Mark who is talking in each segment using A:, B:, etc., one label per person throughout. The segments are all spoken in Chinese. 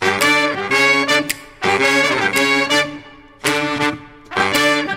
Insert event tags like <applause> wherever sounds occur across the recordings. A: <laughs>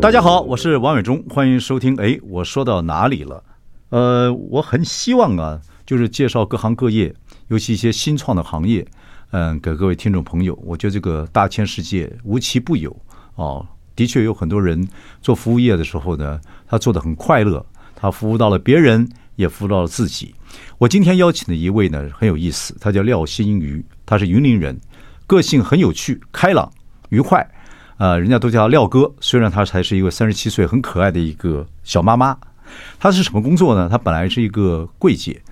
A: 大家好，我是王伟忠，欢迎收听。哎，我说到哪里了？呃，我很希望啊，就是介绍各行各业，尤其一些新创的行业，嗯，给各位听众朋友，我觉得这个大千世界无奇不有哦，的确有很多人做服务业的时候呢，他做的很快乐，他服务到了别人，也服务到了自己。我今天邀请的一位呢很有意思，他叫廖新瑜，他是云林人，个性很有趣、开朗、愉快。呃，人家都叫他廖哥，虽然他才是一个三十七岁很可爱的一个小妈妈。她是什么工作呢？她本来是一个柜姐，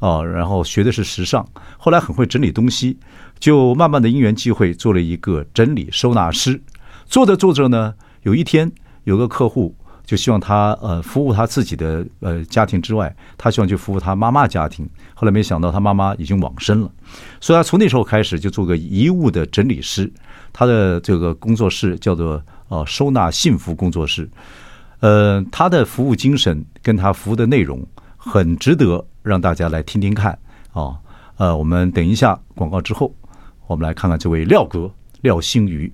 A: 啊、然后学的是时尚，后来很会整理东西，就慢慢的因缘际会做了一个整理收纳师。做着做着呢，有一天有个客户就希望他呃服务他自己的呃家庭之外，他希望去服务他妈妈家庭。后来没想到他妈妈已经往生了，所以他从那时候开始就做个遗物的整理师。他的这个工作室叫做呃收纳幸福工作室。呃，他的服务精神跟他服务的内容很值得让大家来听听看啊。呃，我们等一下广告之后，我们来看看这位廖哥廖星宇，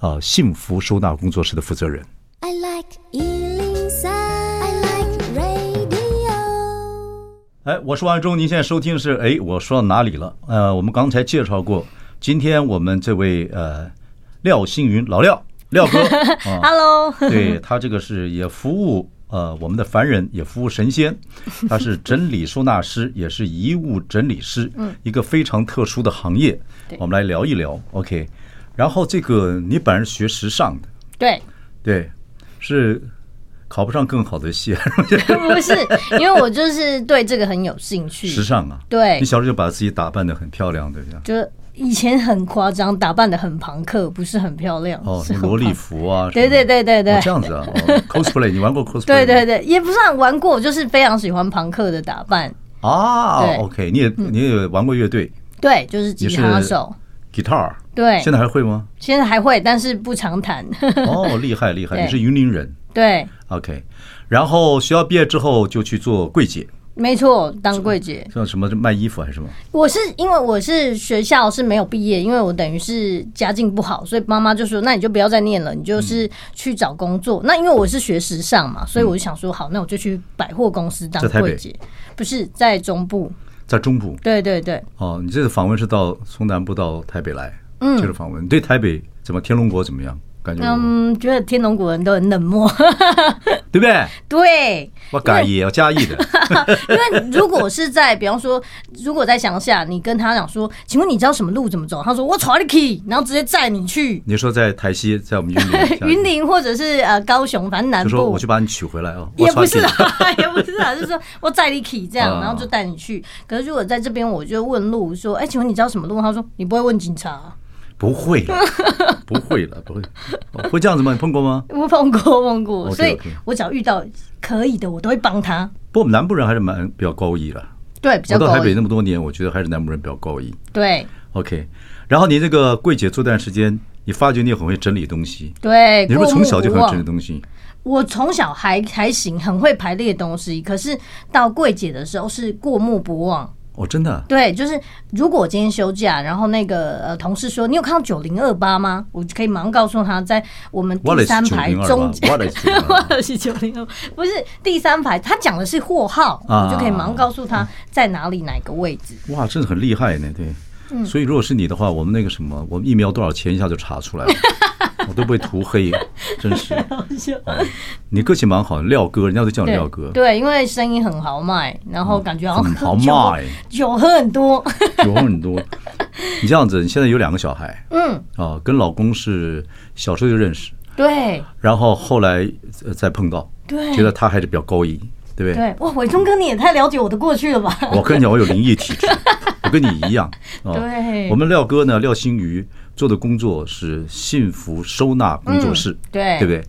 A: 呃，幸福收纳工作室的负责人。
B: I like Ealing Sound. I like radio.
A: 哎，我是王忠，您现在收听的是哎，我说到哪里了？呃，我们刚才介绍过，今天我们这位呃廖星云老廖廖
C: <laughs>
A: 哥啊
C: Hello，
A: 对他这个是也服务呃我们的凡人，也服务神仙，他是整理收纳师，也是遗物整理师，
C: 嗯
A: 一个非常特殊的行业。我们来聊一聊，OK。然后这个你本来是学时尚的，
C: 对，
A: 对，是考不上更好的戏，
C: <laughs> 不是，因为我就是对这个很有兴趣，
A: <laughs> 时尚啊。
C: 对
A: 你小时候就把自己打扮的很漂亮，对不对？
C: 就以前很夸张，打扮的很朋克，不是很漂亮，
A: 哦，
C: <laughs> 是
A: 你
C: 很
A: 萝莉
C: 朋
A: 服
C: <laughs>
A: 啊，什
C: 对
A: 么的
C: 对对对对
A: 哦这样子啊、
C: <laughs>
A: 哦、，cosplay，你玩过 cosplay？
C: 对对
A: 对
C: 对，也不算玩过，我就是非常喜欢朋克的打扮，
A: 啊
C: 对嗯
A: ，OK，你也你也玩过乐队
C: 对，就是吉他
A: 你是
C: 手，
A: ，guitar，
C: 对，
A: 现在还会
C: <laughs>
A: 吗？
C: 现在还会，但是不常弹， <laughs>
A: 哦，厉害厉害，
C: 对
A: 你是云林人
C: 对，
A: ，OK，然后学校毕业之后就去做柜姐，
C: 没错，当柜姐，
A: 像什么卖衣服还是什么？
C: 我是因为我是学校是没有毕业，因为我等于是家境不好，所以妈妈就说那你就不要再念了，你就是去找工作。那因为我是学时尚
A: 嗯
C: 嘛，所以我就想说好，那我就去百货公司当
A: 在台北
C: 柜姐，不是在中部。
A: 在中部
C: 对对对，
A: 哦，你这次访问是到从南部到台北来，嗯，接受访问，你对台北怎么天龙国怎么样？感觉如何
C: 嗯，觉得天龙国人都很冷漠。 <laughs>
A: 对不对？
C: 对，
A: 我改也要加义的，
C: 因为如果是在，比方说，如果在乡下，你跟他讲说，请问你知道什么路怎么走？他说我传你去，然后直接载你去，
A: 你说在台西，在我们云林
C: <laughs> 云林或者是呃高雄，反正南
A: 就
C: 部。
A: 说我去把你取回来哦，我
C: 也不是
A: 传给你
C: 啊， <laughs> 也不是啊，就是说我载你起这
A: 啊
C: 样，然后就带你去。可是如果在这边，我就问路，说：“哎，请问你知道什么路？”他说：“你不会问警察啊、
A: 不会
C: <laughs>
A: 了，不会了，不会，哦会这样子吗？你碰过吗？
C: 我碰过，碰过，
A: OK，OK
C: 所以我只要遇到可以的，我都会帮他。
A: 不过我们南部人还是蛮比较高义的。
C: 对，比较
A: 我到
C: 高
A: 台北那么多年，我觉得还是南部人比较高义。
C: 对
A: OK，然后你这个柜姐做段时间，你发觉你很会整理东西，
C: 对，
A: 你是不是
C: 过
A: 从
C: 目
A: 小就
C: 不
A: 很会
C: 忘
A: 整理东西？
C: 我从小还还行，很会排列东西。可是到柜姐的时候是过目不忘。
A: 哦，真的啊，
C: 对，就是如果我今天休假，然后那个呃同事说你有看到九零二八吗？我就可以马上告诉他，在我们
A: 我的
C: 第三排
A: 902
C: 中
A: 我
C: <laughs>
A: 的902
C: 我的是九零二，不是第三排，他讲的是货号，
A: 啊
C: 我就可以马上告诉他在哪里哪个位置。
A: 哇，真的很厉害呢，对。
C: 嗯
A: 所以如果是你的话，我们那个什么，我们疫苗多少钱一下就查出
C: <laughs>
A: 来了，我都不会涂黑，真是。你个性蛮哦好，廖哥，人家都叫你
C: 对
A: 廖哥，嗯
C: 对，因为声音很豪迈，然后感觉好像
A: 很豪
C: 喝酒
A: 迈，
C: 酒喝很多。 <laughs>
A: <laughs> 有很多。你这样子，你现在有两个小孩，
C: 嗯，
A: 啊，跟老公是小时候就认识，
C: 对
A: 然后后来呃再碰到，
C: 对
A: 觉得他还是比较高一，对不对？
C: 对，哇，伟忠哥你也太了解我的过去了吧？
A: 我跟你讲，我有灵异
C: <laughs>
A: 体质，我跟你一样。啊、
C: 对
A: 我们廖哥呢，廖新宇做的工作是幸福收纳工作室，
C: 嗯对
A: 对不对？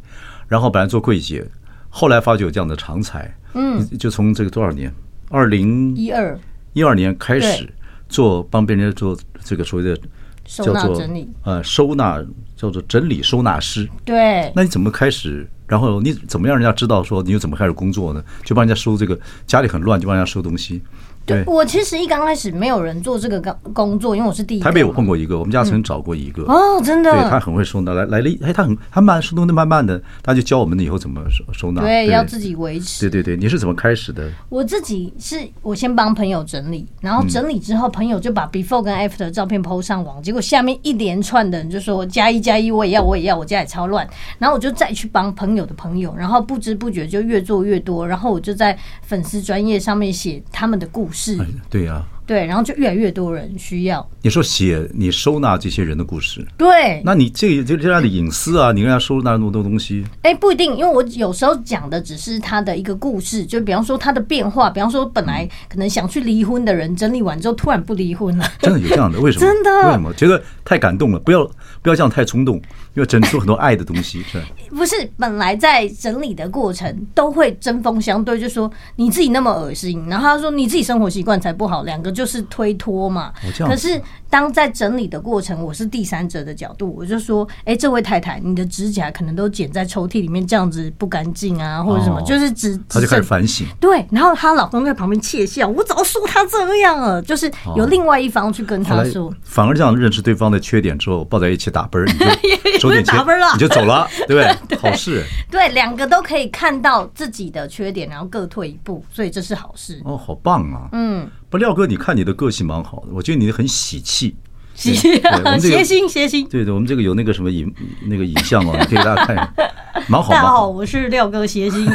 A: 然后本来做柜姐，后来发觉有这样的常才，
C: 嗯，
A: 就从这个多少年，二零
C: 一二
A: 一二年开始
C: 对
A: 做帮别人做这个所谓的
C: 收
A: 叫
C: 纳
A: 做
C: 整理，
A: 呃收纳，叫做整理收纳师。
C: 对，
A: 那你怎么开始？然后你怎么让人家知道说你又怎么开始工作呢？就帮人家收这个家里很乱，就帮人家收东西。对，
C: 我其实一刚开始没有人做这个工工作，因为我是第一个嘛。
A: 台北我碰过一个，我们家曾找过一个。
C: 哦，真的，
A: 对他很会收纳，来来了一，哎，他很他慢收东西慢慢的，他就教我们以后怎么收收纳。
C: 对，要自。己维持。
A: 对对对，你是怎么开始的？
C: 我自己是我先帮朋友整理，然后整理之后，朋友就把 before 跟 after 的照片 PO 上网，结果下面一连串的人就说加一加一，我也要，我也要，我家也超乱。然后我就再去帮朋友的朋友，然后不知不觉就越做越多，然后我就在粉丝专业上面写他们的故事，
A: 哎对呀、
C: 对，然后就越来越多人需要，
A: 你说写你收纳这些人的故事，
C: 对，
A: 那你这这这样的隐私啊，你跟人家收纳那么多东西，
C: 哎，不一定，因为我有时候讲的只是他的一个故事，就比方说他的变化，比方说本
A: 嗯
C: 来可能想去离婚的人，整理完之后突然不离婚了。 <laughs>
A: 真的有这样的？为什么？
C: 真的
A: 为什么？觉得太感动了，不要不要这样太冲动，因为整出很多爱的东西，
C: <laughs>
A: 是吧
C: 不是，本来在整理的过程都会针锋相对，就说你自己那么恶心，然后他说你自己生活习惯才不好，两个就是推脱嘛
A: 哦。这样子
C: 可是当在整理的过程，我是第三者的角度，我就说，哎、这位太太，你的指甲可能都剪在抽屉里面，这样子不干净啊，或者什么，
A: 哦
C: 就是指
A: 他就
C: 指
A: 开始
C: 正
A: 反省。
C: 对，然后她老公在旁边窃笑，我早说她这样了，就是
A: 哦
C: 有另外一方去跟
A: 后
C: 她
A: 来
C: 说，
A: 反而这样认识对方的缺点之后，抱在一起打啵儿，
C: <laughs>
A: 你就收点
C: 不是
A: 钱
C: 打啵儿啦，
A: 你就走
C: <laughs>
A: 了，对不对？好事
C: 对，两个都可以看到自己的缺点，然后各退一步，所以这是好事。
A: 哦，好棒啊！
C: 嗯，
A: 不，廖哥，你看你的个性蛮好的，我觉得你很喜气。
C: 谐
A: 对我们这个
C: <laughs> 谐星谐星。
A: 对对，我们这个有那个什么影那个影像
C: <laughs>
A: 哦，你可以大家看一下，蛮好
C: 大
A: 蛮
C: 家好，
A: 好。
C: 我是廖哥谐星。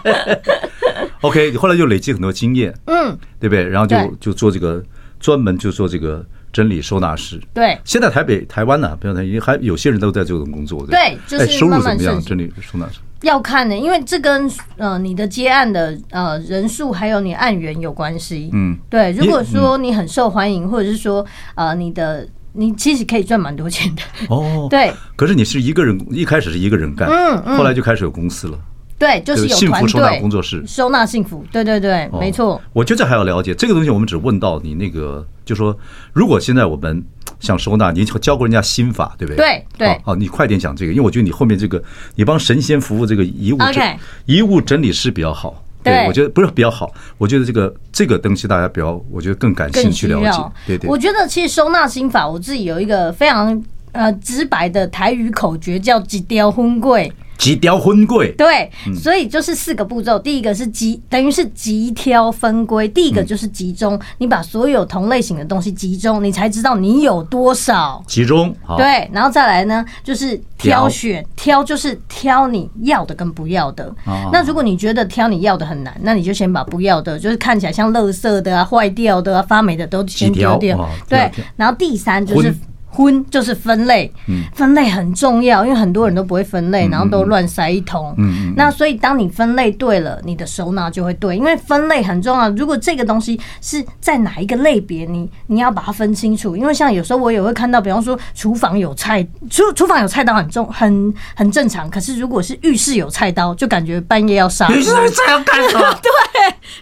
C: <laughs>
A: OK，后来就累积很多经验，
C: 嗯，
A: 对不对？然后就
C: 对
A: 就做这个专门就做这个整理收纳师。
C: 对，
A: 现在台北、台湾呢、不要台，因为还有些人都在做这种工作。
C: 对就是
A: 哎，收入
C: 慢
A: 怎
C: 慢
A: 么样？
C: 升级
A: 整理收纳师
C: 要看呢、因为这跟呃你的接案的呃人数还有你案源有关系。
A: 嗯，
C: 对，如果
A: 也嗯
C: 说你很受欢迎，或者是说呃你的你其实可以赚蛮多钱的。
A: 哦，。
C: 对
A: 可是你是一个人，一开始是一个人干，
C: 嗯嗯
A: 后来就开始有公司了。
C: 对，就是有
A: 幸
C: 团
A: 福
C: 队
A: 收纳工作室
C: 收纳幸福。对对对，
A: 哦
C: 没错。。
A: 我觉得这还要了解这个东西，我们只问到你那个，就说如果现在我们想收纳，你教过人家心法，对不对？
C: 对对
A: 好，好你快点讲这个，因为我觉得你后面这个，你帮神仙服务这个遗物
C: OK
A: 整遗物整理师比较好。
C: 对
A: 我觉得不是比较好，我觉得这个这个东西大家比较，我觉得更感兴
C: 更
A: 趣
C: 需
A: 了
C: 要
A: 解。。对对
C: 我，觉得其实收纳心法，我自己有一个非常呃直白的台语口诀，叫“几雕婚柜”。
A: 极雕婚柜，
C: 对，
A: 嗯
C: 所以就是四个步骤。第一个是集，等于是集挑分归；第一个就是集中，你把所有同类型的东西集中，你才知道你有多少。
A: 集中好。
C: 对，然后再来呢，就是
A: 挑
C: 挑选，挑就是挑你要的跟不要的。
A: 哦
C: 那如果你觉得挑你要的很难，那你就先把不要的，就是看起来像垃圾的啊、坏掉的啊、发霉的都先
A: 几条
C: 丢掉。
A: 哦
C: 对
A: 不要，
C: 然后第三就是
A: 荤。
C: 荤就是分类，分类很重要，因为很多人都不会分类，然后都乱塞一通。那所以当你分类对了，你的收纳就会对，因为分类很重要。如果这个东西是在哪一个类别，你你要把它分清楚。因为像有时候我也会看到，比方说厨房有菜，厨厨房有菜刀很重很很正常，可是如果是浴室有菜刀，就感觉半夜要杀夫，
A: 你是这样干什么？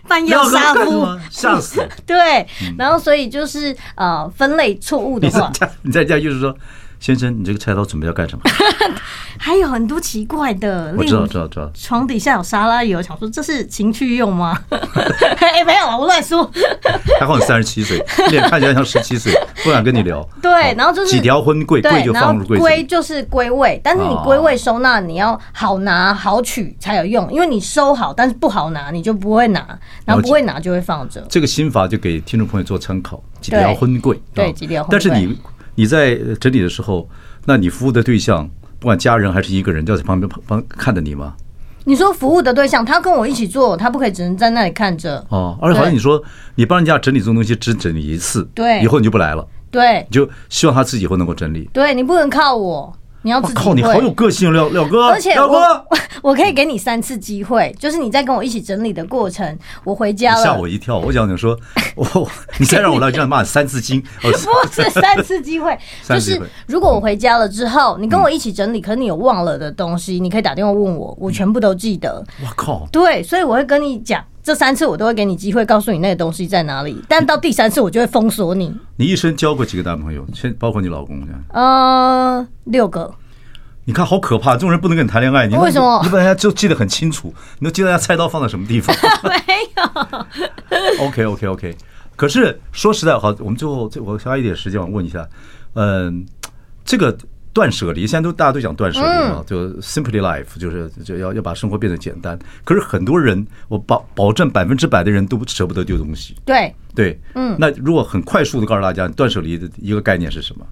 C: 半夜
A: 廖
C: 要
A: 哥
C: 杀
A: 干什
C: 夫
A: 么，？吓死！
C: <laughs>
A: 嗯
C: 对。然后所以就是呃分类错误
A: <laughs>
C: 的
A: 你在
C: 话，
A: 家，你在家就是说，先生，你这个菜刀准备要干什么？
C: 还有很多奇怪的，
A: 我
C: 例
A: 知道，
C: 如
A: 知道，知道。
C: 床底下有沙拉油，想说这是情趣用
A: <laughs>
C: 吗？哎、没有啊，我乱说。
A: 还好你三十七
C: <laughs>
A: 岁，脸看起来像十七岁，不敢跟你聊。
C: 对，然后就是
A: 哦几条婚柜，柜
C: 对，
A: 就
C: 然
A: 放入
C: 后
A: 柜子里。
C: 就是归位，但是你
A: 哦
C: 归位收纳，你要好拿好取才有用，因为你收好，但是不好拿，你就不会拿，然后不会拿就会放着。
A: 这个心法就给听众朋友做参考，几条婚柜。
C: 对
A: 啊
C: 几条婚
A: 但
C: 柜
A: 是你你在整理的时候，那你服务的对象，不管家人还是一个人，要在旁边旁旁看着你吗？
C: 你说服务的对象，他跟我一起做，他不可以只能在那里看着。
A: 哦，而且好像
C: 对
A: 你说你帮人家整理这种东西，只整理一次，
C: 对
A: 以后你就不来了，
C: 对
A: 你就希望他自己以后能够整理。
C: 对，你不能靠我，你要
A: 哇
C: 自己
A: 靠，你好有
C: 会。
A: 个性，廖廖哥，
C: 而且
A: 廖哥
C: 我， <laughs> 我可以给你三次机会，就是你在跟我一起整理的过程，我回家
A: 你吓
C: 了
A: 我，一跳。我想你说， <laughs> 我你再让我来这样骂你三次 <laughs> 金，哦
C: 不是三次机会，
A: <laughs> 三
C: 就
A: 次机
C: 是
A: 会
C: 如果我回家了之后，你跟我一起整理，可是你有忘了的东西，你可以打电话问我，我全部都记得。
A: 我靠，
C: 对，所以我会跟你讲，这三次我都会给你机会，告诉你那个东西在哪里。但到第三次，我就会封锁你。
A: 你一生交过几个男朋友？现包括你老公，
C: 呃，六个，
A: 你看好可怕，这种人不能跟你谈恋爱。你看
C: 为什么
A: 你把人家就记得很清楚，你都记得人家菜刀放在什么地方。 <laughs> 没有。OK OK OK。可 <laughs> 是说实在话，我们最后这我花一点时间，我问一下，嗯，这个断舍离，现在都大家都讲断舍离啊，
C: 嗯
A: 就 simply life，就是就要要把生活变得简单。可是很多人，我保保证百分之百的人都舍不得丢东西。
C: 对。
A: 对，嗯，那如果很快速的告诉大家，断舍离的一个概念是什么？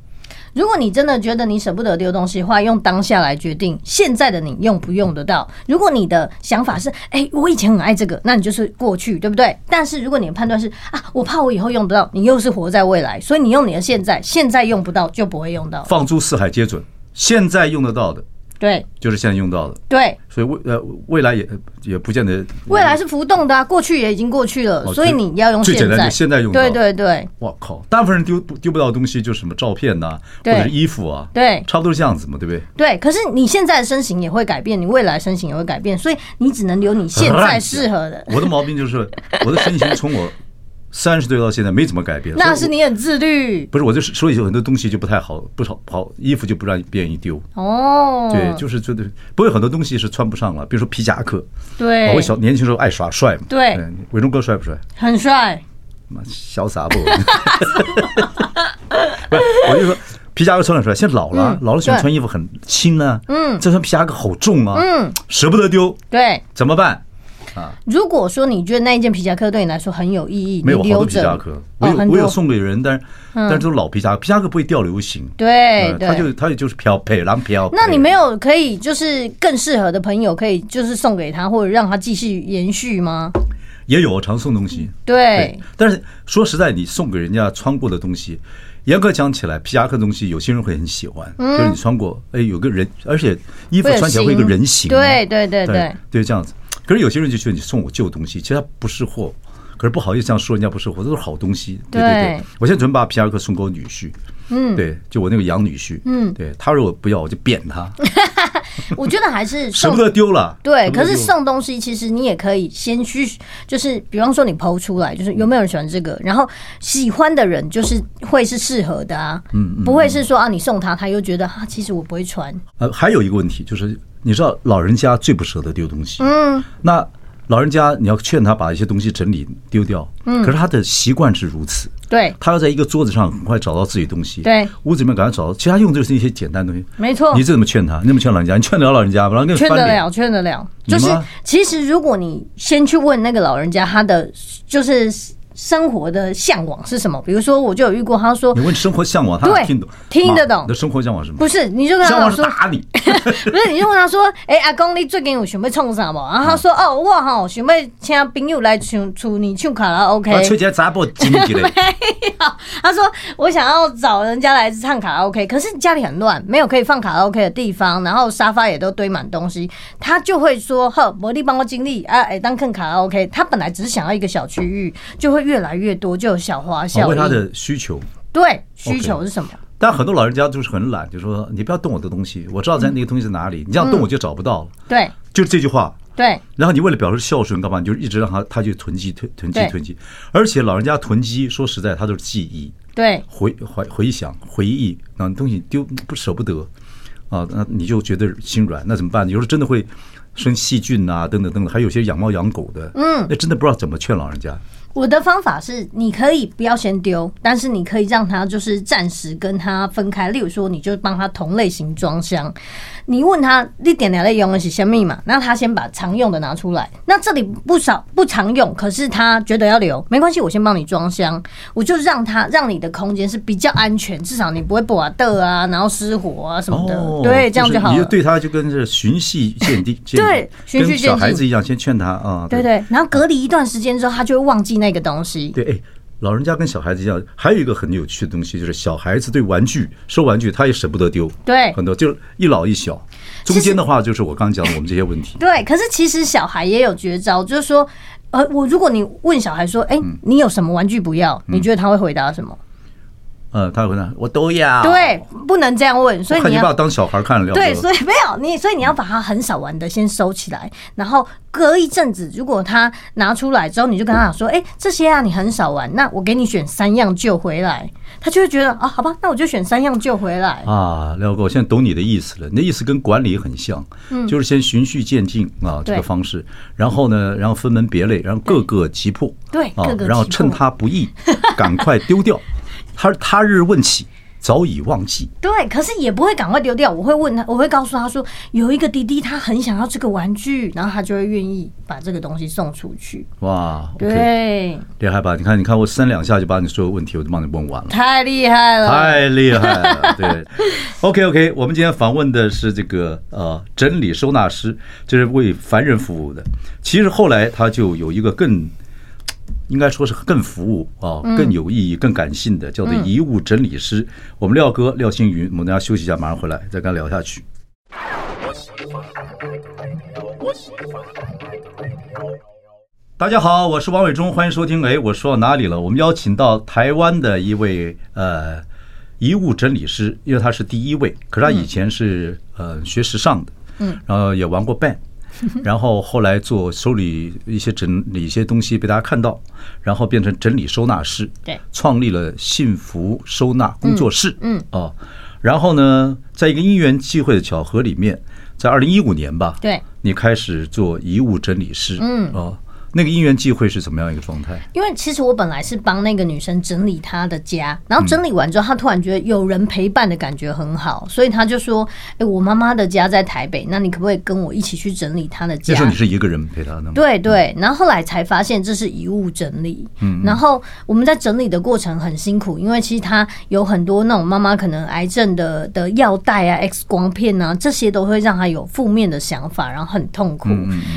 C: 如果你真的觉得你舍不得丢东西的话，用当下来决定现在的你用不用得到。如果你的想法是，哎、我以前很爱这个，那你就是过去，对不对？但是如果你的判断是啊，我怕我以后用不到，你又是活在未来，所以你用你的现在，现在用不到就不会用到。
A: 放诸四海皆准，现在用得到的
C: 对
A: 就是现在用到的。
C: 对，
A: 所以未呃未来也也不见得。
C: 未来是浮动的、啊，过去也已经过去了，
A: 嗯哦
C: 所以你要用
A: 最
C: 现
A: 简单
C: 在。
A: 的现在用到
C: 对对对
A: 我靠，大部分人丢不丢不到的东西就是什么照片呐、或
C: 对
A: 者是衣服啊，
C: 对
A: 差不多是这样子嘛，对不对？
C: 对，可是你现在的身形也会改变，你未来身形也会改变，所以你只能留你现在适合的。
A: 我的毛病 <laughs> 就是我的身形从我三十岁到现在没怎么改变，
C: 那
A: 所
C: 是
A: 以我。
C: 你很自律
A: 不是，我就是所以有很多东西就不太好，不好好衣服就不让别人一丢。
C: 哦。
A: 对，就是觉得不过有很多东西是穿不上了，比如说皮夹克。
C: 对，
A: 我小年轻时候爱耍帅嘛。
C: 哎对
A: 嗯，伟忠哥帅不帅？
C: 很帅，
A: 妈潇洒不？ <laughs> 不是，我就说皮夹克穿得出来，现在老了，
C: 嗯
A: 老了喜欢
C: 对
A: 穿衣服很轻啊，
C: 嗯
A: 这穿皮夹克好重啊，
C: 嗯，
A: 舍不得丢，
C: 对。
A: 怎么办？
C: 如果说你觉得那一件皮夹克对你来说很有意义，
A: 没有
C: 你
A: 好多
C: 留
A: 皮夹
C: 着，
A: 克，我
C: 哦，
A: 有
C: 很
A: 我有
C: 多，
A: 送给人，但是但是都是老皮夹克，皮夹克不会掉流行，
C: 对
A: 呃它
C: 哎对。
A: 就它也就是漂配，哎然后漂配。
C: 那你没有可以就是更适合的朋友，可以就是送给他，或者让他继续延续吗？
A: 也有常送东西，
C: 对，
A: 但是说实在，你送给人家穿过的东西，严格讲起来，皮夹克的东西有些人会很喜欢，
C: 嗯
A: 就是你穿过，哎，有个人，而且衣服
C: 会有
A: 穿起来会有个人形啊，
C: 对对对
A: 对
C: 对，
A: 对，这样子。可是有些人就觉得你送我旧东西，其实他不是货，可是不好意思这样说人家不是货，都是好东西。对对
C: 对，
A: 我现在准备把皮夹克送给我女婿，嗯，对，就我那个养女婿，嗯，对他如果不要，我就扁
C: <laughs>
A: 他，
C: 我觉得还是
A: 舍
C: 送
A: 不。得丢了。
C: 对，
A: 舍不
C: 可
A: 得
C: 是
A: 丢
C: 送东西其实你也可以先去，就是比方说你抛出来，就是有没有人喜欢这个，然后喜欢的人就是会是适合的啊，
A: 嗯
C: 不会是说啊你送他，他又觉得啊其实我不会穿，
A: 呃，还有一个问题就是，你知道老人家最不舍得丢东西，嗯，那老人家你要劝他把一些东西整理丢掉，嗯，可是他的习惯是如此，
C: 对，
A: 他要在一个桌子上很快找到自己的东西，
C: 对，
A: 屋子里面赶快找到，其实他用的就是一些简单的东西，
C: 没错
A: 你这怎么劝他？你怎么劝老人家？你劝得了老人家吗？然后那个
C: 劝
A: 翻
C: 得
A: 脸
C: 了，劝得了。
A: 你
C: 就是
A: 吗
C: 其实如果你先去问那个老人家他的就是生活的向往是什么，比如说我就有遇过，他说
A: 你问生活向往，他
C: 对
A: 哪听懂，
C: 听得
A: 妈
C: 懂
A: 你的生活向往是什么
C: 不？是，你就跟他
A: 向
C: 讲
A: 往是
C: 说。
A: 打你，
C: <laughs> 不是，你就问他说：“哎、阿公，你最近有想要创啥无？”然后他说：“
A: 嗯
C: 哦，我吼想要请朋友来唱厝里唱卡拉 OK。
A: 把崔姐砸破金起来。
C: <laughs> 他说：“我想要找人家来唱卡拉 OK，可是家里很乱，没有可以放卡拉 OK 的地方，然后沙发也都堆满东西。”他就会说：“呵，魔力帮我经历啊，哎，当看卡拉 OK。”他本来只是想要一个小区域，就会越来越多，就有小花
A: 好
C: 效
A: 哦为他
C: 应。
A: 的需求。
C: 对，需求是什么？
A: 但很多老人家就是很懒，就说你不要动我的东西，我知道在那个东西在哪里，你这样动我就找不到了。
C: 对
A: 就这句话。
C: 对
A: 然后你为了表示孝顺，干嘛？你就一直让他，他去囤积、囤囤积、
C: 对
A: 囤积。而且老人家囤积，说实在，他都是记忆、
C: 对
A: 回回回想、回忆，那东西丢不舍不得啊，那你就觉得心软，那怎么办？有时候真的会生细菌啊，等等等等，还有些养猫养狗的，嗯，那真的不知道怎么劝老人家。
C: 我的方法是，你可以不要先丢，但是你可以让它就是暂时跟它分开。例如说，你就帮它同类型装箱，你问他你点两类用的是什么嘛，那他先把常用的拿出来。那这里不少不常用，可是他觉得要留，没关系，我先帮你装箱，我就让它让你的空间是比较安全，至少你不会把的啊，然后失火啊什么的，
A: 哦，
C: 对，这样就好
A: 是你
C: 了。
A: 就对他就跟这循序渐进，渐
C: 对循序
A: 跟小
C: 渐
A: 孩
C: 进
A: 子一样，先劝他啊，
C: 对对，然后隔离一段时间之后，他就会忘记那个东西。
A: 对，哎，老人家跟小孩子一样，还有一个很有趣的东西，就是小孩子对玩具收玩具，他也舍不得丢。
C: 对
A: 很多就是一老一小，中间的话就是我刚讲的我们这些问题。
C: 对，可是其实小孩也有绝招，就是说，呃，我如果你问小孩说，哎、
A: 嗯
C: 你有什么玩具不要？你觉得他会回答什么？
A: 呃，他会呢，我都要。，
C: 嗯对，不能这样问，所以
A: 哦我看
C: 你
A: 你把我
C: 要。
A: 当小孩看了。
C: 对，所
A: 以
C: 以没有你，所以你要把他很少玩的先收起来，然后隔一阵子，如果他拿出来之后，你就跟他讲说：“哎、这些啊，你很少玩，那我给你选三样救回来。”他就会觉得啊，好吧，那我就选三样救回来。
A: 啊，廖哥，我现在懂你的意思了。你的意思跟管理很像，就是先循序渐进啊，这
C: 嗯对
A: 个方式。然后呢，然后分门别类，然后各个击破。
C: 对
A: 啊
C: 哎各个，
A: 然后
C: 击破
A: 趁他不意，赶快丢掉。他他日问起，早已忘记。
C: 对，可是也不会赶快丢掉，我会问他，我会告诉他说有一个弟弟他很想要这个玩具，然后他就会愿意把这个东西送出去。
A: 哇，OK，
C: 对，
A: 厉害吧？你看，你看，我三两下就把你所有问题我都帮你问完了。
C: 太厉害了。
A: 太厉害了，对。OK OK，我们今天访问的是这个呃整理收纳师，这是为凡人服务的。其实后来他就有一个更，应该说是更服务啊，更有意义、更感性的，叫做遗物整理师。我们廖哥廖星云，我们大家休息一下，马上回来再跟他聊下去。大家好，我是王伟忠，欢迎收听。哎，我说到哪里了？我们邀请到台湾的一位呃遗物整理师，因为他是第一位，可是他以前是、呃学时尚的，嗯，然后也玩过
C: <laughs>
A: band，然后后来做收理一些整理一些东西被大家看到，然后变成整理收纳师，
C: 对
A: 创立了幸福收纳工作室，
C: 嗯
A: 哦，然后呢，在一个因缘际会的巧合里面，在二零一五年吧，
C: 对，
A: 你开始做遗物整理师，
C: 嗯
A: 哦，那个因缘际会是怎么样一个状态？
C: 因为其实我本来是帮那个女生整理她的家，然后整理完之后，她突然觉得有人陪伴的感觉很好，所以她就说：“哎、我妈妈的家在台北，那你可不可以跟我一起去整理她的家？”
A: 那时候你是一个人陪他的吗？
C: 对对，然后后来才发现这是遗物整理。嗯，然后我们在整理的过程很辛苦，因为其实它有很多那种妈妈可能癌症的的药袋啊、X 光片啊，这些都会让她有负面的想法，然后很痛苦。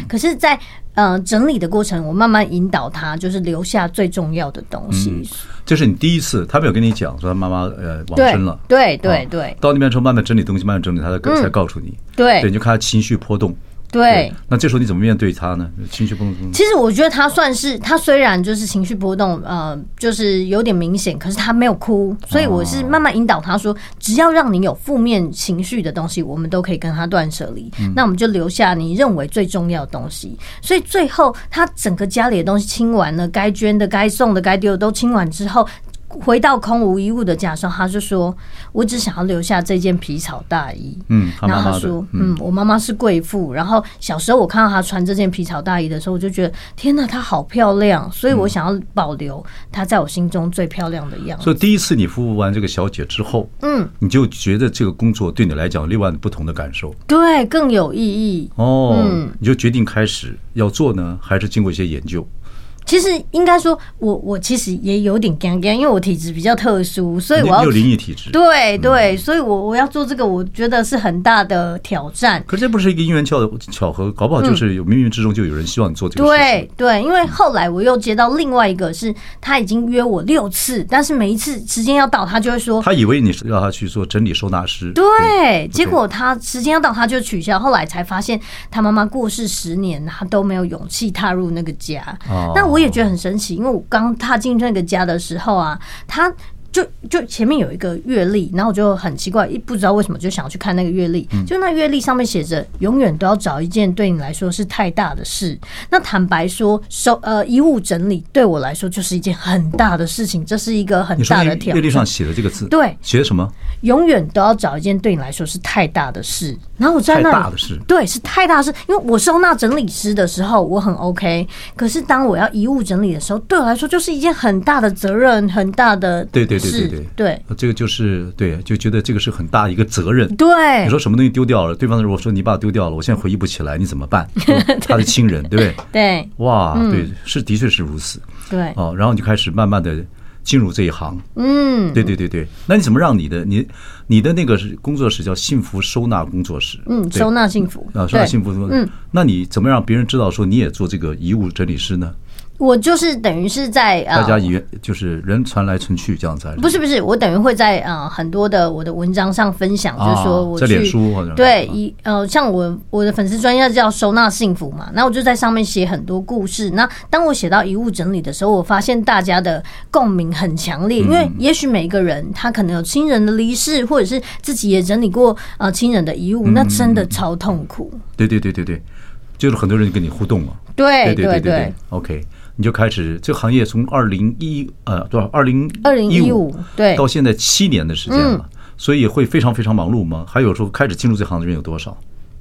C: 可是在，呃整理的过程，我慢慢引导她，就是留下最重要的东西。
A: 这是你第一次，他没有跟你讲说他妈妈呃嗯往
C: 对
A: 生了。
C: 对对
A: 啊
C: 对嗯
A: 到那边之后慢慢整理东西，慢慢整理，他才告才告诉你。
C: 对
A: 对，你就看他情绪波动。
C: 对，
A: 那这时候你怎么面对他呢？情绪波动中，
C: 其实我觉得他算是他虽然就是情绪波动，呃，就是有点明显，可是他没有哭，所以我是慢慢引导他说，只要让你有负面情绪的东西，我们都可以跟他断舍离。那我们就留下你认为最重要的东西。所以最后他整个家里的东西清完了，该捐的、该送的、该丢的都清完之后。回到空无一物的家的时候，他就说：“我只想要留下这件皮草大衣。”
A: 嗯，他
C: 然
A: 妈
C: 后
A: 妈
C: 他
A: 的，
C: 说，嗯，我妈妈是贵妇。然后小时候我看到她穿这件皮草大衣的时候，我就觉得天呐，她好漂亮，所以我想要保留她在我心中最漂亮的样子。
A: 所以第一次你服务完这个小姐之后，
C: 嗯，
A: 你就觉得这个工作对你来讲有另外不同的感受
C: 对，更有意义。
A: 哦，
C: 嗯
A: 你就决定开始要做呢，还是经过一些研究？
C: 其实应该说我，我其实也有点尴尬，因为我体质比较特殊，所以
A: 你
C: 我
A: 你
C: 要
A: 有嗯灵异体质，
C: 对对，所以我我要做这个，我觉得是很大的挑战。
A: 可是这不是一个因缘巧巧合，搞不好就是有冥冥之中就有人希望你做这个事情。
C: 对对，因为后来我又接到另外一个是，他已经约我六次，但是每一次时间要到，他就会说
A: 他以为你是要他去做整理收纳师，
C: 对，结果他时间要到，他就取消。后来才发现，他妈妈过世十年，他都没有勇气踏入那个家。
A: 哦
C: 那我也觉得很神奇，因为我刚踏进那个家的时候啊，他。就就前面有一个月历，然后我就很奇怪，一不知道为什么就想要去看那个月历。
A: 嗯
C: 就那月历上面写着，永远都要找一件对你来说是太大的事。那坦白说，收呃遗物整理对我来说就是一件很大的事情，这是一个很
A: 你说
C: 大
A: 那
C: 的挑
A: 阅历。
C: 战
A: 上写的这个字，
C: 对
A: 写什么？
C: 永远都要找一件对你来说是太大的事。然后我在那里，
A: 太大的事
C: 对，是太大的事。因为我收纳整理师的时候，我很 OK，可是当我要遗物整理的时候，对我来说就是一件很大的责任，很大的
A: 对对对对
C: 事
A: 对
C: 对
A: 呃这个就是对，就觉得这个是很大一个责任。
C: 对
A: 你说什么东西丢掉了，对方如果说你把它丢掉了，我现在回忆不起来，你怎么
C: <laughs>
A: 办？他的亲人，对不对？
C: 嗯对
A: 哇，对，是的确是如此
C: 对，
A: 哦。然后你就开始慢慢的进入这一行，
C: 嗯，
A: 对对对对。那你怎么让你的你你的那个是工作室叫幸福收纳工作室？
C: 嗯，
A: 哦对
C: 收纳幸福
A: 啊，收纳
C: 对
A: 幸福。嗯，那你怎么让别人知道说你也做这个遗物整理师呢？
C: 我就是等于是在
A: 大
C: 呃
A: 家以为就是人传来传去这样子还是，
C: 不是不是，我等于会在呃很多的我的文章上分享，
A: 啊
C: 就是说我
A: 在
C: 去
A: 脸书或者
C: 对
A: 啊
C: 一呃像我我的粉丝专业叫收纳幸福嘛，那我就在上面写很多故事。那当我写到遗物整理的时候，我发现大家的共鸣很强烈，
A: 嗯
C: 因为也许每一个人他可能有亲人的离世，或者是自己也整理过呃亲人的遗物，那真
A: 嗯
C: 的超痛苦。
A: 对对对对对，就是很多人跟你互动了。
C: 对
A: 对
C: 哎对嗯
A: 对 o k 你就开始这个行业从二零一呃多少二零
C: 2015对嗯
A: 到现在七年的时间了，所以会非常非常忙碌吗？还有说开始进入这行的人有多少？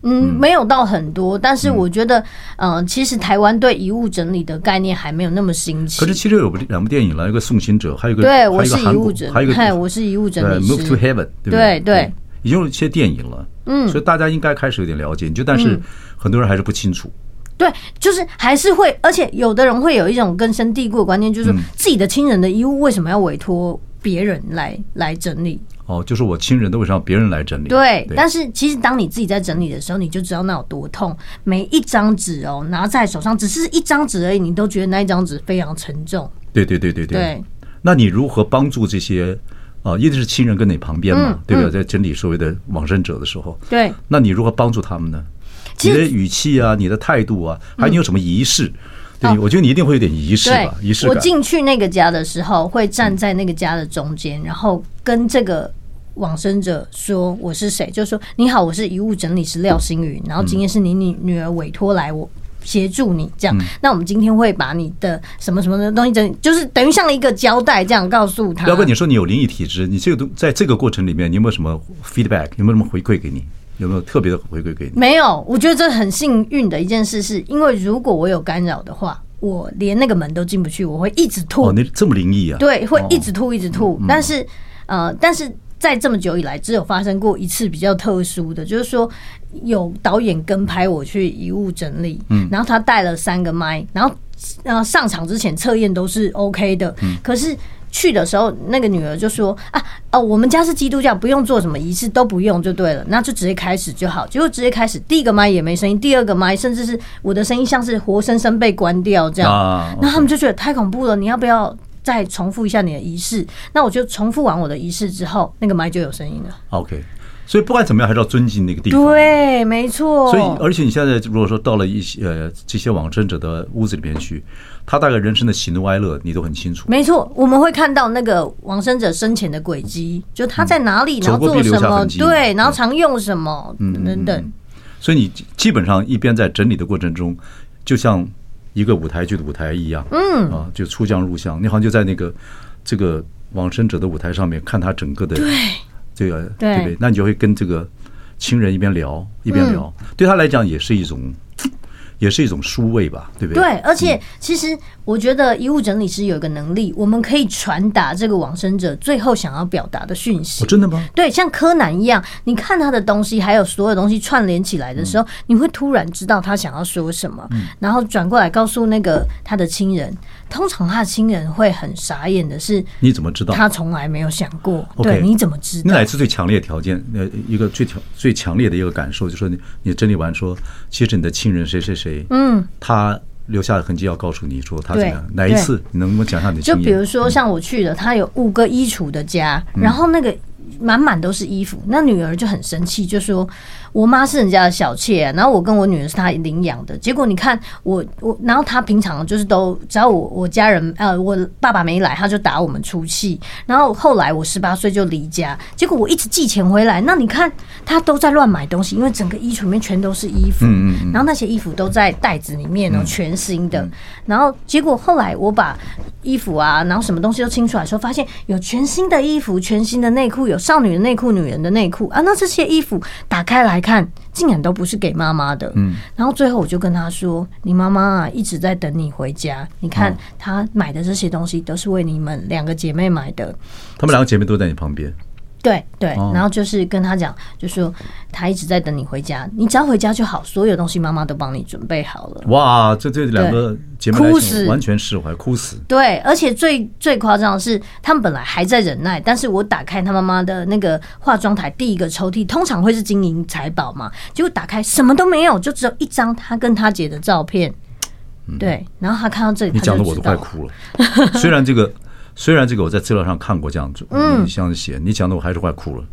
C: 嗯，没有到很多，但是我觉得，嗯、其实台湾对遗物整理的概念还没有那么新奇。
A: 可是其实有两部电影了，一个《送行者》，还有一个
C: 对，
A: 还有
C: 我
A: 一
C: 是
A: 个
C: 遗
A: 韩国
C: 物，整，
A: 还有一
C: 嗨，
A: 个
C: 我是遗物整
A: 呃《
C: 理
A: Move to Heaven》，
C: 师。
A: 对不对
C: 对对，
A: 已经有一些电影了，嗯，所以大家应该开始有点了解，就但
C: 嗯
A: 是很多人还是不清楚，
C: 对，就是还是会，而且有的人会有一种根深蒂固的观
A: 嗯
C: 念，就是说自己的亲人的遗物为什么要委托别人来来整理？
A: 哦，就是我亲人都会让别人来整理，
C: 对，但
A: 是
C: 是其实当你自己在整理的时候，你就知道那有多痛。每一张纸哦，拿在手上，只是一张纸而已，你都觉得那一张纸非常沉重。
A: 对对对对
C: 对。
A: 那你如何帮助这些啊？一定是亲人跟你旁边嘛
C: 嗯，
A: 对不对？在整理所谓的往生者的时候，
C: 对，
A: 那你如何帮助他们呢？
C: 其
A: 你
C: 实嗯
A: 的语气啊，你的态度啊，还有你有什么仪式？对，我觉得你一定会有点仪式
C: 哦对
A: 吧，，仪式
C: 我
A: 感。
C: 进去那个家的时候，会站在那个家的中间，然后跟这个。往生者说我是谁，就说你好，我是遗物整理师廖星云，然后今天是你女女儿委托来我协助你这
A: 嗯
C: 样，那我们今天会把你的什么什么的东西整理，就是等于像一个交代这样告诉他。
A: 要不你说你有灵异体质，你这个东在这个过程里面，你有没有什么 feedback？有没有什么回馈给你？有没有特别的回馈给你？
C: 没有，我觉得这很幸运的一件事是，因为如果我有干扰的话，我连那个门都进不去，我会一直吐。
A: 哦，你这么灵异啊？
C: 对，会
A: 哦
C: 一直吐一直吐。但是呃，但是在这么久以来，只有发生过一次比较特殊的，就是说有导演跟拍我去遗物整理，然后他带了三个麦，然后呃上场之前测验都是 OK 的，可是。去的时候，那个女儿就说：“啊，哦，我们家是基督教，不用做什么仪式，都不用就对了，那就直接开始就好。”结果直接开始，第一个麦也没声音，第二个麦甚至是我的声音像是活生生被关掉这样。
A: 啊
C: 那他们就觉得太恐怖了，你要不要再重复一下你的仪式？那我就重复完我的仪式之后，那个麦就有声音了。
A: ，OK。所以不管怎么样，还是要尊敬那个地方。
C: 对，没错。
A: 所以，呃而且你现在如果说到了一些呃这些往生者的屋子里面去，他大概人生的喜怒哀乐你都很清楚，
C: 没错，我们会看到那个往生者生前的轨迹，就他在哪里，然
A: 嗯走
C: 后
A: 过
C: 做
A: 必留
C: 什
A: 下
C: 么，
A: 痕迹
C: 对，
A: 嗯
C: 然后常用什么，等等。
A: 所以你基本上一边在整理的过程中，就像一个舞台剧的舞台一样，嗯啊，就出将入相，你好像就在那个这个往生者的舞台上面看他整个的这个
C: 对
A: 对不嗯对？那你就会跟这个亲人一边聊一边聊，对他来讲也是一种也是一种舒慰吧，对不嗯对？
C: 对，而且其实我觉得遗物整理师有一个能力，我们可以传达这个往生者最后想要表达的讯息。
A: 哦，真的吗？
C: 对，像柯南一样，你看他的东西，还有所有东西串联起来的时候，你会突然知道他想要说什么，然后转过来告诉那个他的亲人。通常他的亲人会很傻眼的是，
A: 你怎么知道？
C: 他从来没有想过。
A: OK
C: 对，你怎么知
A: 那
C: 道
A: 哪？次最强烈的条件？呃，一个最强最强烈的一个感受，就说你你整理完说，其实你的亲人谁谁谁，嗯，他留下的痕迹要告诉你说他怎么样
C: 对。
A: 哪一次？你能不能讲一下你的
C: 就
A: 经
C: 比如
A: 验？嗯
C: 说像我去的，他有五个衣橱的家，然后那个。满满都是衣服，那女儿就很生气，就说：“我妈是人家的小妾、啊然后我跟我女儿是她领养的。结果你看我我，然后她平常就是都只要我我家人呃我爸爸没来，她就打我们出气。然后后来我十八岁就离家，结果我一直寄钱回来。那你看她都在乱买东西，因为整个衣橱里面全都是衣服，然后那些衣服都在袋子里面哦，全新的。然后结果后来我把衣服啊，然后什么东西都清出来的时候，发现有全新的衣服、全新的内裤，有少女的内裤、女人的内裤啊。那这些衣服打开来看，竟然都不是给妈妈的。嗯，然后最后我就跟她说：“你妈妈啊一直在等你回家，你看她买的这些东西都是为你们两个姐妹买的。”
A: 他们两个姐妹都在你旁边，
C: 对对
A: 哦，
C: 然后就是跟他讲，就说他一直在等你回家，你只要回家就好，所有东西妈妈都帮你准备好了。
A: 哇，这这两个姐妹来
C: 哭
A: 讲
C: 死
A: 完全释怀，哭死。
C: 对，而且最最夸张的是，他们本来还在忍耐，但是我打开他妈妈的那个化妆台第一个抽屉，通常会是金银财宝嘛，结果打开什么都没有，就只有一张他跟他姐的照片。对，然后他看到这里，
A: 嗯你
C: 他
A: 讲
C: 就
A: 的我
C: 知
A: 都
C: 道
A: 快哭了。虽然这个，虽然这个我在资料上看过这样子，嗯，这样写，你讲的我还是快哭了。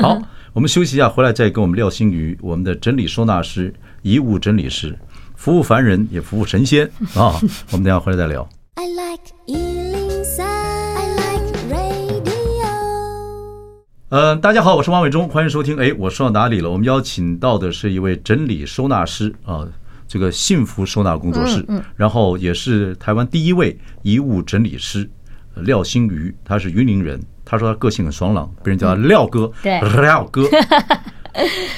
A: 好，我们休息一下，回来再跟我们廖星宇，我们的整理收纳师、遗物整理师，服务凡人也服务神仙啊。我们等一下回来再聊。
B: I like Ealing Sound. I like radio.
A: 呃，大家好，我是王伟忠，欢迎收听。哎，我说到哪里了？我们邀请到的是一位整理收纳师啊、这个幸福收纳工作室，然后也是台湾第一位遗物整理师呃廖星瑜，他是云林人。他说他个性很爽朗，别人叫他廖哥，
C: 对
A: 廖哥。 <laughs>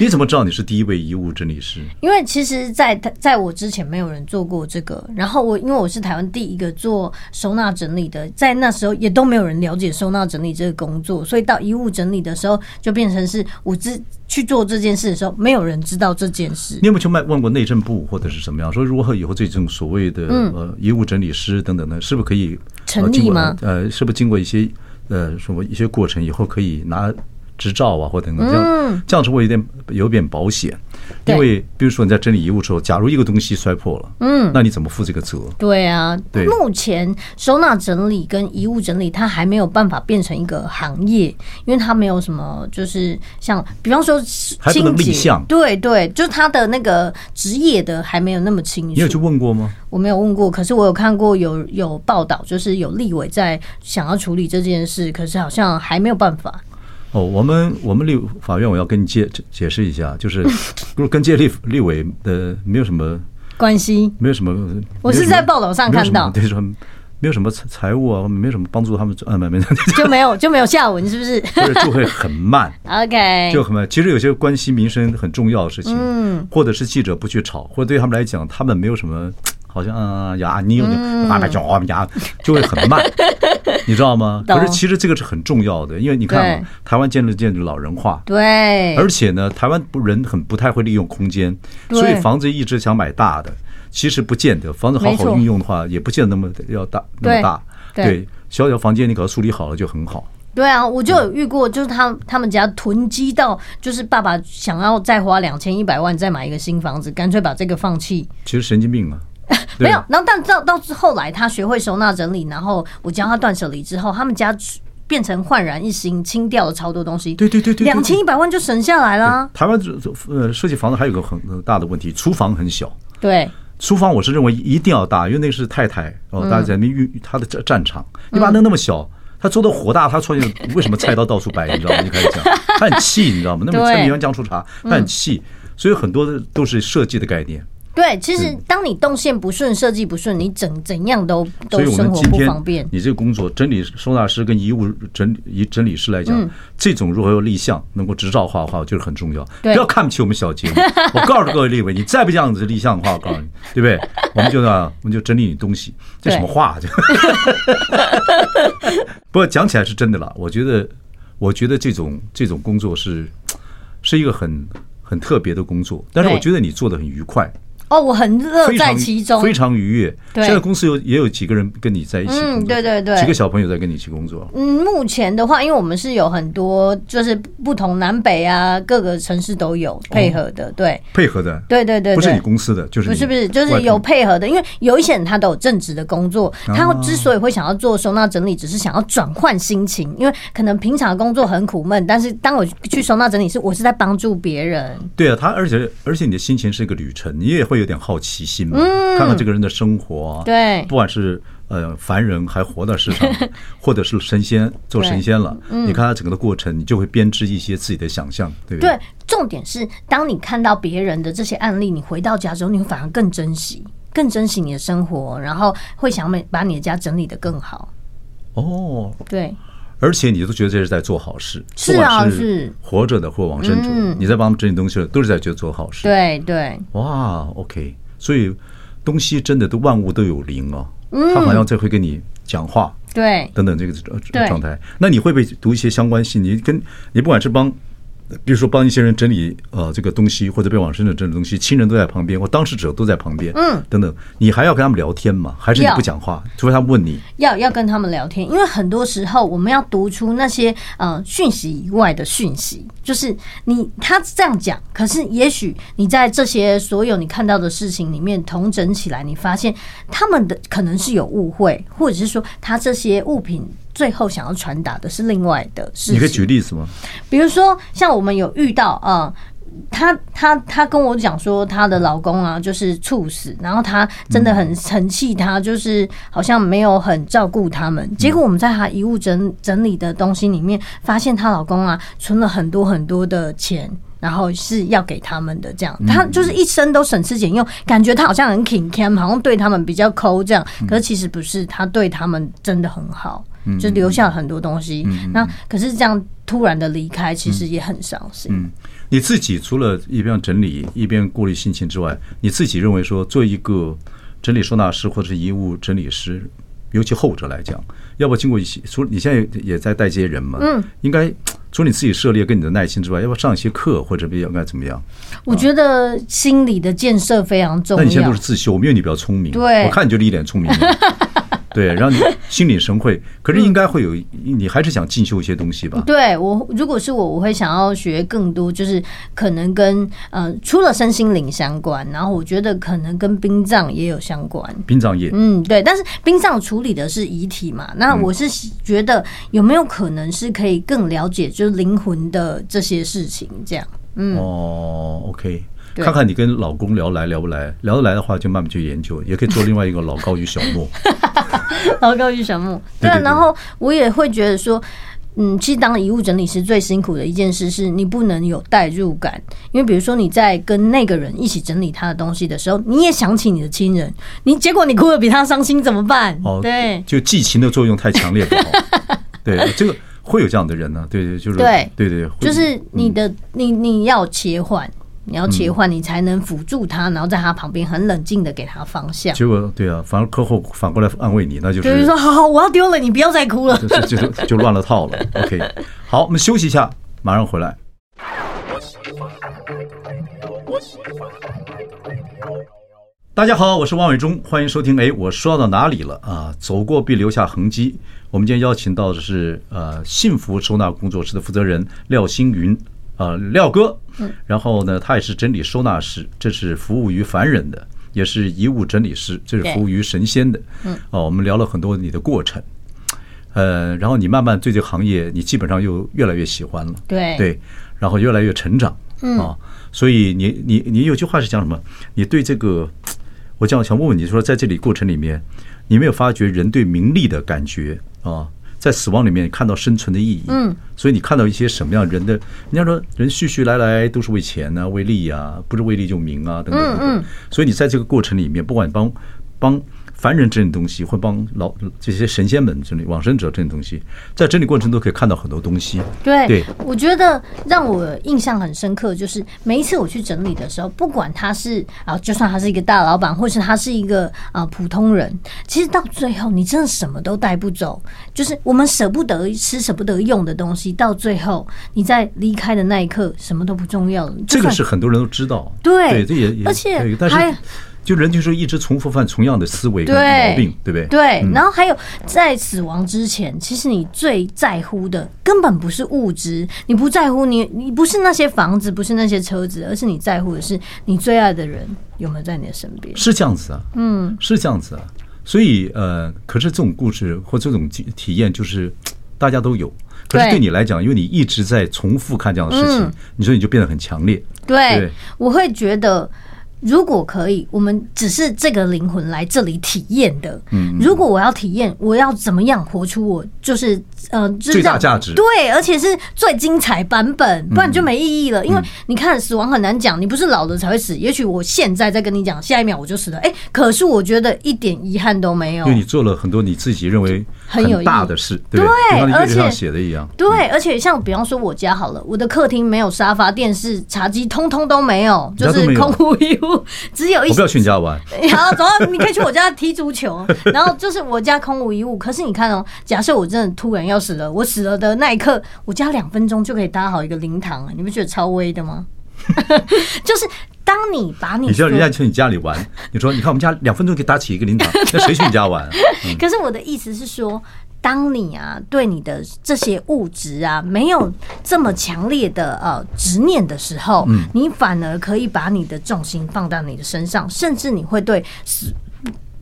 A: 你怎么知道你是第一位遗物整理师？
C: 因为其实在，在我之前没有人做过这个，然后我因为我是台湾第一个做收纳整理的，在那时候也都没有人了解收纳整理这个工作，所以到遗物整理的时候，就变成是我自去做这件事的时候，没有人知道这件事
A: 你。有没有去问问过内政部或者是怎么样，说如何以后这种所谓的呃遗物整理师等等的，是不是可以呃
C: 嗯成立
A: 经过
C: 吗
A: 呃，是不是经过一些呃什么一些过程以后可以拿执照啊或等等，这样这样子会有点有点保险，
C: 嗯对
A: 因为比如说你在整理遗物的时候，假如一个东西摔破了，嗯，那你怎么负这个责？
C: 对啊，
A: 对
C: 目前收纳整理跟遗物整理，它还没有办法变成一个行业，因为它没有什么，就是像比方说
A: 还不
C: 清
A: 能立
C: 洁，
A: 项
C: 对对，就是它的那个职业的还没有那么清楚。
A: 你有去问过吗？
C: 我没有问过，可是我有看过有有报道，就是有立委在想要处理这件事，可是好像还没有办法。
A: 哦，我们我们立法院，我要跟你解解释一下，就是
C: <laughs>
A: 如果跟这些立立委的没有什么 <laughs>
C: 关系
A: 没有什么。
C: 我是在报道上看到
A: 没有什么对，说没有什么财财务啊，没有什么帮助他们，呃，没没， <laughs>
C: 就没有就没有下文，是不是
A: 就是就会很
C: <laughs>
A: 慢，
C: ？OK，
A: 就很慢。其实有些关系民生很重要的事情，嗯，或者是记者不去吵，或者对他们来讲，他们没有什么。好像啊呀，你有
C: 嗯
A: 点爸爸叫啊呀，就会很
C: <laughs>
A: 慢，你知道吗？
C: 懂
A: 可是其实这个是很重要的，因为你看
C: 对
A: 嘛，台湾渐渐渐渐老人化，
C: 对，
A: 而且呢，台湾不人很不太会利用空间，
C: 对
A: 所以房子一直想买大的，其实不见得。房子好
C: 没
A: 好
C: 错
A: 运用的话，也不见得那么要大那么大。
C: 对对
A: 对，小小房间你给它处理好了就很好。
C: 对啊，我就有遇过，就是他他们家囤积到，就是爸爸想要再花两千一百万再买一个新房子，干脆把这个放弃。
A: 其实神经病啊，对
C: 没有，然后但到到后来他学会收纳整理，然后我教他断舍离之后，他们家变成焕然一新，清掉了超多东西。
A: 对对对对对
C: 两千一百万就省下来啦。
A: 台湾这这呃设计房子还有个很很大的问题，厨房很小。
C: 对
A: 厨房我是认为一定要大，因为那是太太哦，大家在那边运她的战战场，你把它弄那么小。她做的火大，她出去为什么菜刀到处摆？你知道吗？就开始讲，她很气，你知道吗？那么
C: 对
A: 菜米酱酱醋茶，她很气，所以很多的都是设计的概念。
C: 对，其实当你动线不顺、设计不顺，你怎怎样都都
A: 所以我
C: 生
A: 们
C: 活
A: 今
C: 不
A: 天
C: 方便。
A: 你这个工作，整理收纳师跟遗物整遗整理师来讲，
C: 嗯
A: 这种如何有立项，能够执照化的话，就是很重要。不
C: 对
A: 要看不起我们小节目，我告诉各位立委，你再不这样子立项的话，我告诉你，对不对？我们就呢，我们就整理你东西，这
C: 对
A: 什么话、啊？这 <laughs> 不过讲起来是真的了，我觉得，我觉得这种这种工作是是一个很很特别的工作，但是我
C: 对
A: 觉得你做的很愉快。
C: 哦，我很乐
A: 非
C: 在
A: 常
C: 其中。
A: 非常愉悦。
C: 对
A: 现在公司有也有几个人跟你在一起工作，
C: 嗯对对对
A: 几个小朋友在跟你一起工作。
C: 嗯，目前的话，因为我们是有很多就是不同南北啊，各个城市都有配合的，对
A: 配合的，
C: 对对对，
A: 哦不是
C: 对
A: 你公司的，就是
C: 不
A: 你
C: 是不是，就
A: 外
C: 是
A: 头啊
C: 有配合的，因为有一些人他都有正职的工作，他之所以会想要做收纳整理，只是想要转换心情，因为可能平常工作很苦闷，但是当我去收纳整理是我是在帮助别人，
A: 对啊，他而且而且你的心情是一个旅程，你也会有点好奇心嘛，看看这个人的生活啊，
C: 嗯对
A: 不管是呃凡人还活在
C: <laughs>
A: 世上，或者是神仙做神仙了，
C: 嗯
A: 你看他整个的过程，你就会编织一些自己的想象，对不
C: 对，重点是当你看到别人的这些案例，你回到家之后，你会反而更珍惜，更珍惜你的生活，然后会想每把你的家整理的更好，
A: 哦，
C: 对。
A: 而且你都觉得这是在做好事，
C: 是
A: 不管
C: 啊
A: 是
C: 是嗯
A: 活着的或往生者，你在帮他们整理东西了，都是在觉得做好事。
C: 对对，
A: 哇，OK，所以东西真的都万物都有灵哦，
C: 嗯
A: 它好像在会跟你讲话
C: 对，
A: 等等这个呃
C: 对
A: 状态。那你会不会读一些相关信？你跟你不管是帮比如说帮一些人整理呃这个东西，或者被往生者整理东西，亲人都在旁边，或当事者都在旁边，嗯，等等，你还要跟他们聊天吗？还是你
C: 要
A: 不讲话，除非他们问你？
C: 要要跟他们聊天，因为很多时候我们要读出那些呃讯息以外的讯息，就是你他这样讲，可是也许你在这些所有你看到的事情里面统整起来，你发现他们的可能是有误会，或者是说他这些物品最后想要传达的是另外的事情。
A: 你可以举例子
C: 嗯
A: 吗？
C: 比如说，像我们有遇到啊，她她她跟我讲说，她的老公啊就是猝死，然后她真的很很气她，就是好像没有很照顾他们。结果我们在她遗物整整理的东西里面，发现她老公啊存了很多很多的钱。然后是要给他们的，这样她就是一生都省吃俭用，感觉她好像很挺 cam，好像对他们比较抠这样，可是其实不是，她对他们真的很好，就留下了很多东西。那可是这样突然的离开，其实也很伤心。
A: 嗯，你自己除了一边整理一边过滤心情之外，你自己认为说做一个整理收纳师或者是遗物整理师，尤其后者来讲，要不要经过一些，除你现在也在带这些人嘛，嗯，应该除你自己涉猎跟你的耐心之外，要不要上一些课或者比较该怎么样？
C: 我觉得心理的建设非常重
A: 那你现在
C: 要
A: 都是。自修，因为你比较聪明，
C: 对
A: 我看你就一脸聪明的。对，然后你心领神会，可是应该会有，你还是想进修一些东西
C: <laughs>
A: 吧？
C: 对我，如果是我，我会想要学更多，就是可能跟呃，除了身心灵相关，然后我觉得可能跟殡葬也有相关。
A: 殡葬业，
C: 嗯，对，但是殡葬处理的是遗体嘛，那我是觉得有没有可能是可以更了解就是灵魂的这些事情，这样。
A: 哦，OK，
C: 嗯对
A: 看看你跟老公聊来聊不来，聊得来的话就慢慢去研究，也可以做另外一个老高与小
C: <laughs>
A: 莫。
C: 老高与小木，
A: 对
C: 对啊，
A: 对
C: 然后我也会觉得说。嗯，其实当遗物整理师最辛苦的一件事是你不能有代入感，因为比如说你在跟那个人一起整理他的东西的时候，你也想起你的亲人，你结果你哭得比他伤心，怎么办？
A: 哦，
C: 对，
A: 就寄情的作用太强烈不
C: <laughs>
A: 好。对，这个会有这样的人呢、啊对对，就是
C: 对
A: 对对，会嗯
C: 就是你的、你你要切换，你要切换，你才能辅助他，然后在他旁边很冷静的给他方向，
A: 结果对啊，反而客户反过来安慰你，那就是
C: 就是说好好，我要丢了，你不要再哭了。
A: 就就就就乱了套了。OK，好，我们休息一下，马上回来。大家好，我是汪伟忠，欢迎收听。哎，我说到哪里了啊？走过必留下痕迹。我们今天邀请到的是呃幸福收纳工作室的负责人廖星云，呃廖哥。
C: 嗯
A: 然后呢，他也是整理收纳师，这是服务于凡人的，也是遗物整理师，这是
C: 对
A: 服务于神仙的。嗯，哦，我们聊了很多你的过程。呃，然后你慢慢对这个行业，你基本上又越来越喜欢了，
C: 对
A: 对，然后越来越成长，嗯啊，所以你你你有句话是讲什么？你对这个，我这样想问问你说，在这里过程里面，你有没有发觉人对名利的感觉啊，在死亡里面看到生存的意义，嗯，所以你看到一些什么样人的？人家说人续续来来都是为钱啊，为利啊，不是为利就名啊，等等等等，所以你在这个过程里面，不管你帮帮凡人整理东西，会帮老这些神仙们整理往生者整理东西，在整理过程中都可以看到很多东西。
C: 对，
A: 对
C: 我觉得让我印象很深刻，就是每一次我去整理的时候，不管他是啊，就算他是一个大老板，或是他是一个啊普通人，其实到最后你真的什么都带不走，就是我们舍不得吃、舍不得用的东西，到最后你在离开的那一刻，什么都不重要了。就
A: 这个
C: 算
A: 是很多人都知道，
C: 对
A: 这也也
C: 而且
A: 对但
C: 还
A: 是就人就是一直重复犯同样的思维跟
C: 对
A: 毛病，对不对？嗯
C: 对，然后还有在死亡之前，其实你最在乎的根本不是物质，你不在乎你，你不是那些房子，不是那些车子，而是你在乎的是你最爱的人有没有在你的身边。
A: 是这样子啊，嗯，是这样子啊。所以呃，可是这种故事或这种体体验，就是嘖大家都有。可是
C: 对嗯
A: 对你来讲，因为你一直在重复看这样的事情，你说你就变得很强烈。
C: 对，
A: 对
C: 我会觉得。如果可以，我们只是这个灵魂来这里体验的。嗯，如果我要体验，我要怎么样活出我就是呃就是
A: 最大
C: 让
A: 价值嗯
C: 对，而且是最精彩版本，不然就没意义了。因为你看死亡很难讲，你不是老了才会死，也许我现在在跟你讲，下一秒我就死了。哎、可是我觉得一点遗憾都没有
A: 因为。你做了很多你自己认为
C: 很有意义
A: 大的事，对不
C: 对
A: 就像你
C: 而
A: 月
C: 且
A: 历上写的一样。
C: 对，而且像比方说我家好了，我的客厅没有沙发、电视、茶几，通通都没有，就
A: 人家都
C: 是
A: 没有
C: 空无一物。出，只有一
A: 我不要去你家
C: <laughs>
A: 玩，
C: 好，走啊，你可以去我家踢足球。 <laughs> 然后就是我家空无一物，可是你看哦，假设我真的突然要死了，我死了的那一刻，我家两分钟就可以搭好一个灵堂，你不觉得超威的吗？ <laughs> 就是当你把你
A: 你叫人
C: 所有
A: 家去你家里玩，你说你看我们家两分钟可以搭起一个灵
C: <laughs>
A: 堂，那谁去你家玩啊？
C: 可是我的意思是说，当你啊对你的这些物质啊没有这么强烈的呃执念的时候，
A: 嗯
C: 你反而可以把你的重心放到你的身上，甚至你会对死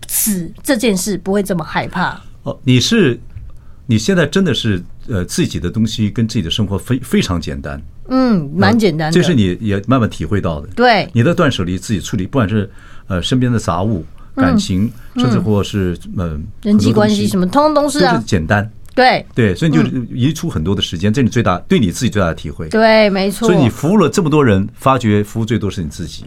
C: 死这件事不会这么害怕。
A: 哦，你是你现在真的是呃自己的东西跟自己的生活非非常简单，
C: 嗯，蛮简单的，
A: 这是你也慢慢体会到的。
C: 对
A: 你的断舍离自己处理，不管是呃身边的杂物、感情，甚至或是嗯
C: 嗯人际关系什
A: 么，
C: 么通通都是
A: 都
C: 啊
A: 是，简单。
C: 对
A: 对，所以你就移出很多的时间，这是你最大对你自己最大的体会。
C: 对，没错。
A: 所以你服务了这么多人，发觉服务最多是你自己。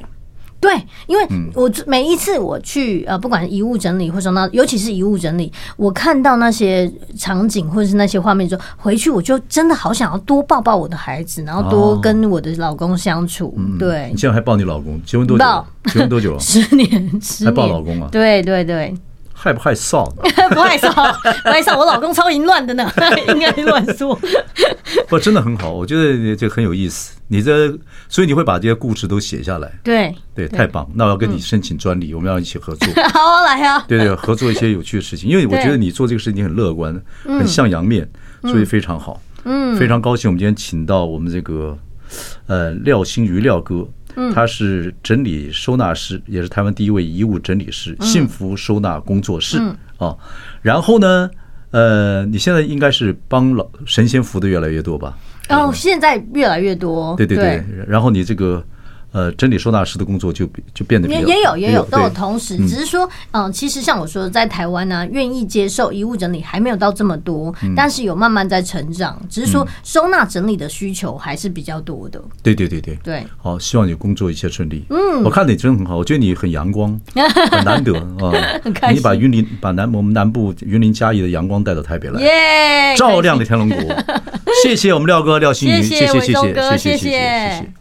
C: 对，因为
A: 嗯
C: 我最每一次我去呃，不管是遗物整理或者那，尤其是遗物整理，我看到那些场景或者是那些画面之后，回去我就真的好想要多抱抱我的孩子，然后多
A: 哦
C: 跟我的老公相处。对
A: 嗯你，现在还抱你老公？结婚多久
C: 抱
A: 了？结婚多久啊了？
C: <laughs> 十年，十年
A: 还抱老公啊
C: 对对对， <laughs>
A: 害不害臊呢？
C: 不好意思哦，不好意思哦，我老公超淫乱的呢， <laughs> 应该乱说。
A: 不，真的很好，我觉得这很有意思。你这，所以你会把这些故事都写下来，
C: 对，
A: 对，太棒。那我要跟你申请专利，我们要一起 <laughs> 合作。
C: 好啊来啊，
A: 对对，合作一些有趣的事情，因为我
C: 对
A: 觉得你做这个事情很乐观，很向阳面，所以非常好。嗯，非常高兴我们今天请到我们这个呃廖星瑜廖哥，他是整理收纳师，也是台湾第一位遗物整理师，幸福收纳工作室啊。然后呢，呃，你现在应该是帮老神仙服的越来越多吧？
C: 哦，现在越来越多，
A: 对对对，然后你这个呃整理收纳师的工作就比就变得比较
C: 也也有也有都有
A: 对
C: 同时，只是说，嗯，其实像我说的，在台湾呢、愿意接受遗物整理还没有到这么多，但是有慢慢在成长，只是说收纳整理的需求还是比较多的。
A: 对对对对
C: 对，
A: 好，希望你工作一切顺利。嗯，我看你真的很好，我觉得你很阳光，很难
C: <laughs>
A: 得
C: 很
A: 啊！
C: 开心
A: 你把云林、把南我们南部云林嘉义的阳光带到台北来，
C: 耶， <laughs>
A: 照亮了天龙国。谢谢我们廖哥廖新宇，
C: 谢谢
A: 谢谢
C: 伟
A: 谢
C: 忠
A: 谢谢
C: 哥
A: 谢谢
C: 谢谢
A: 谢。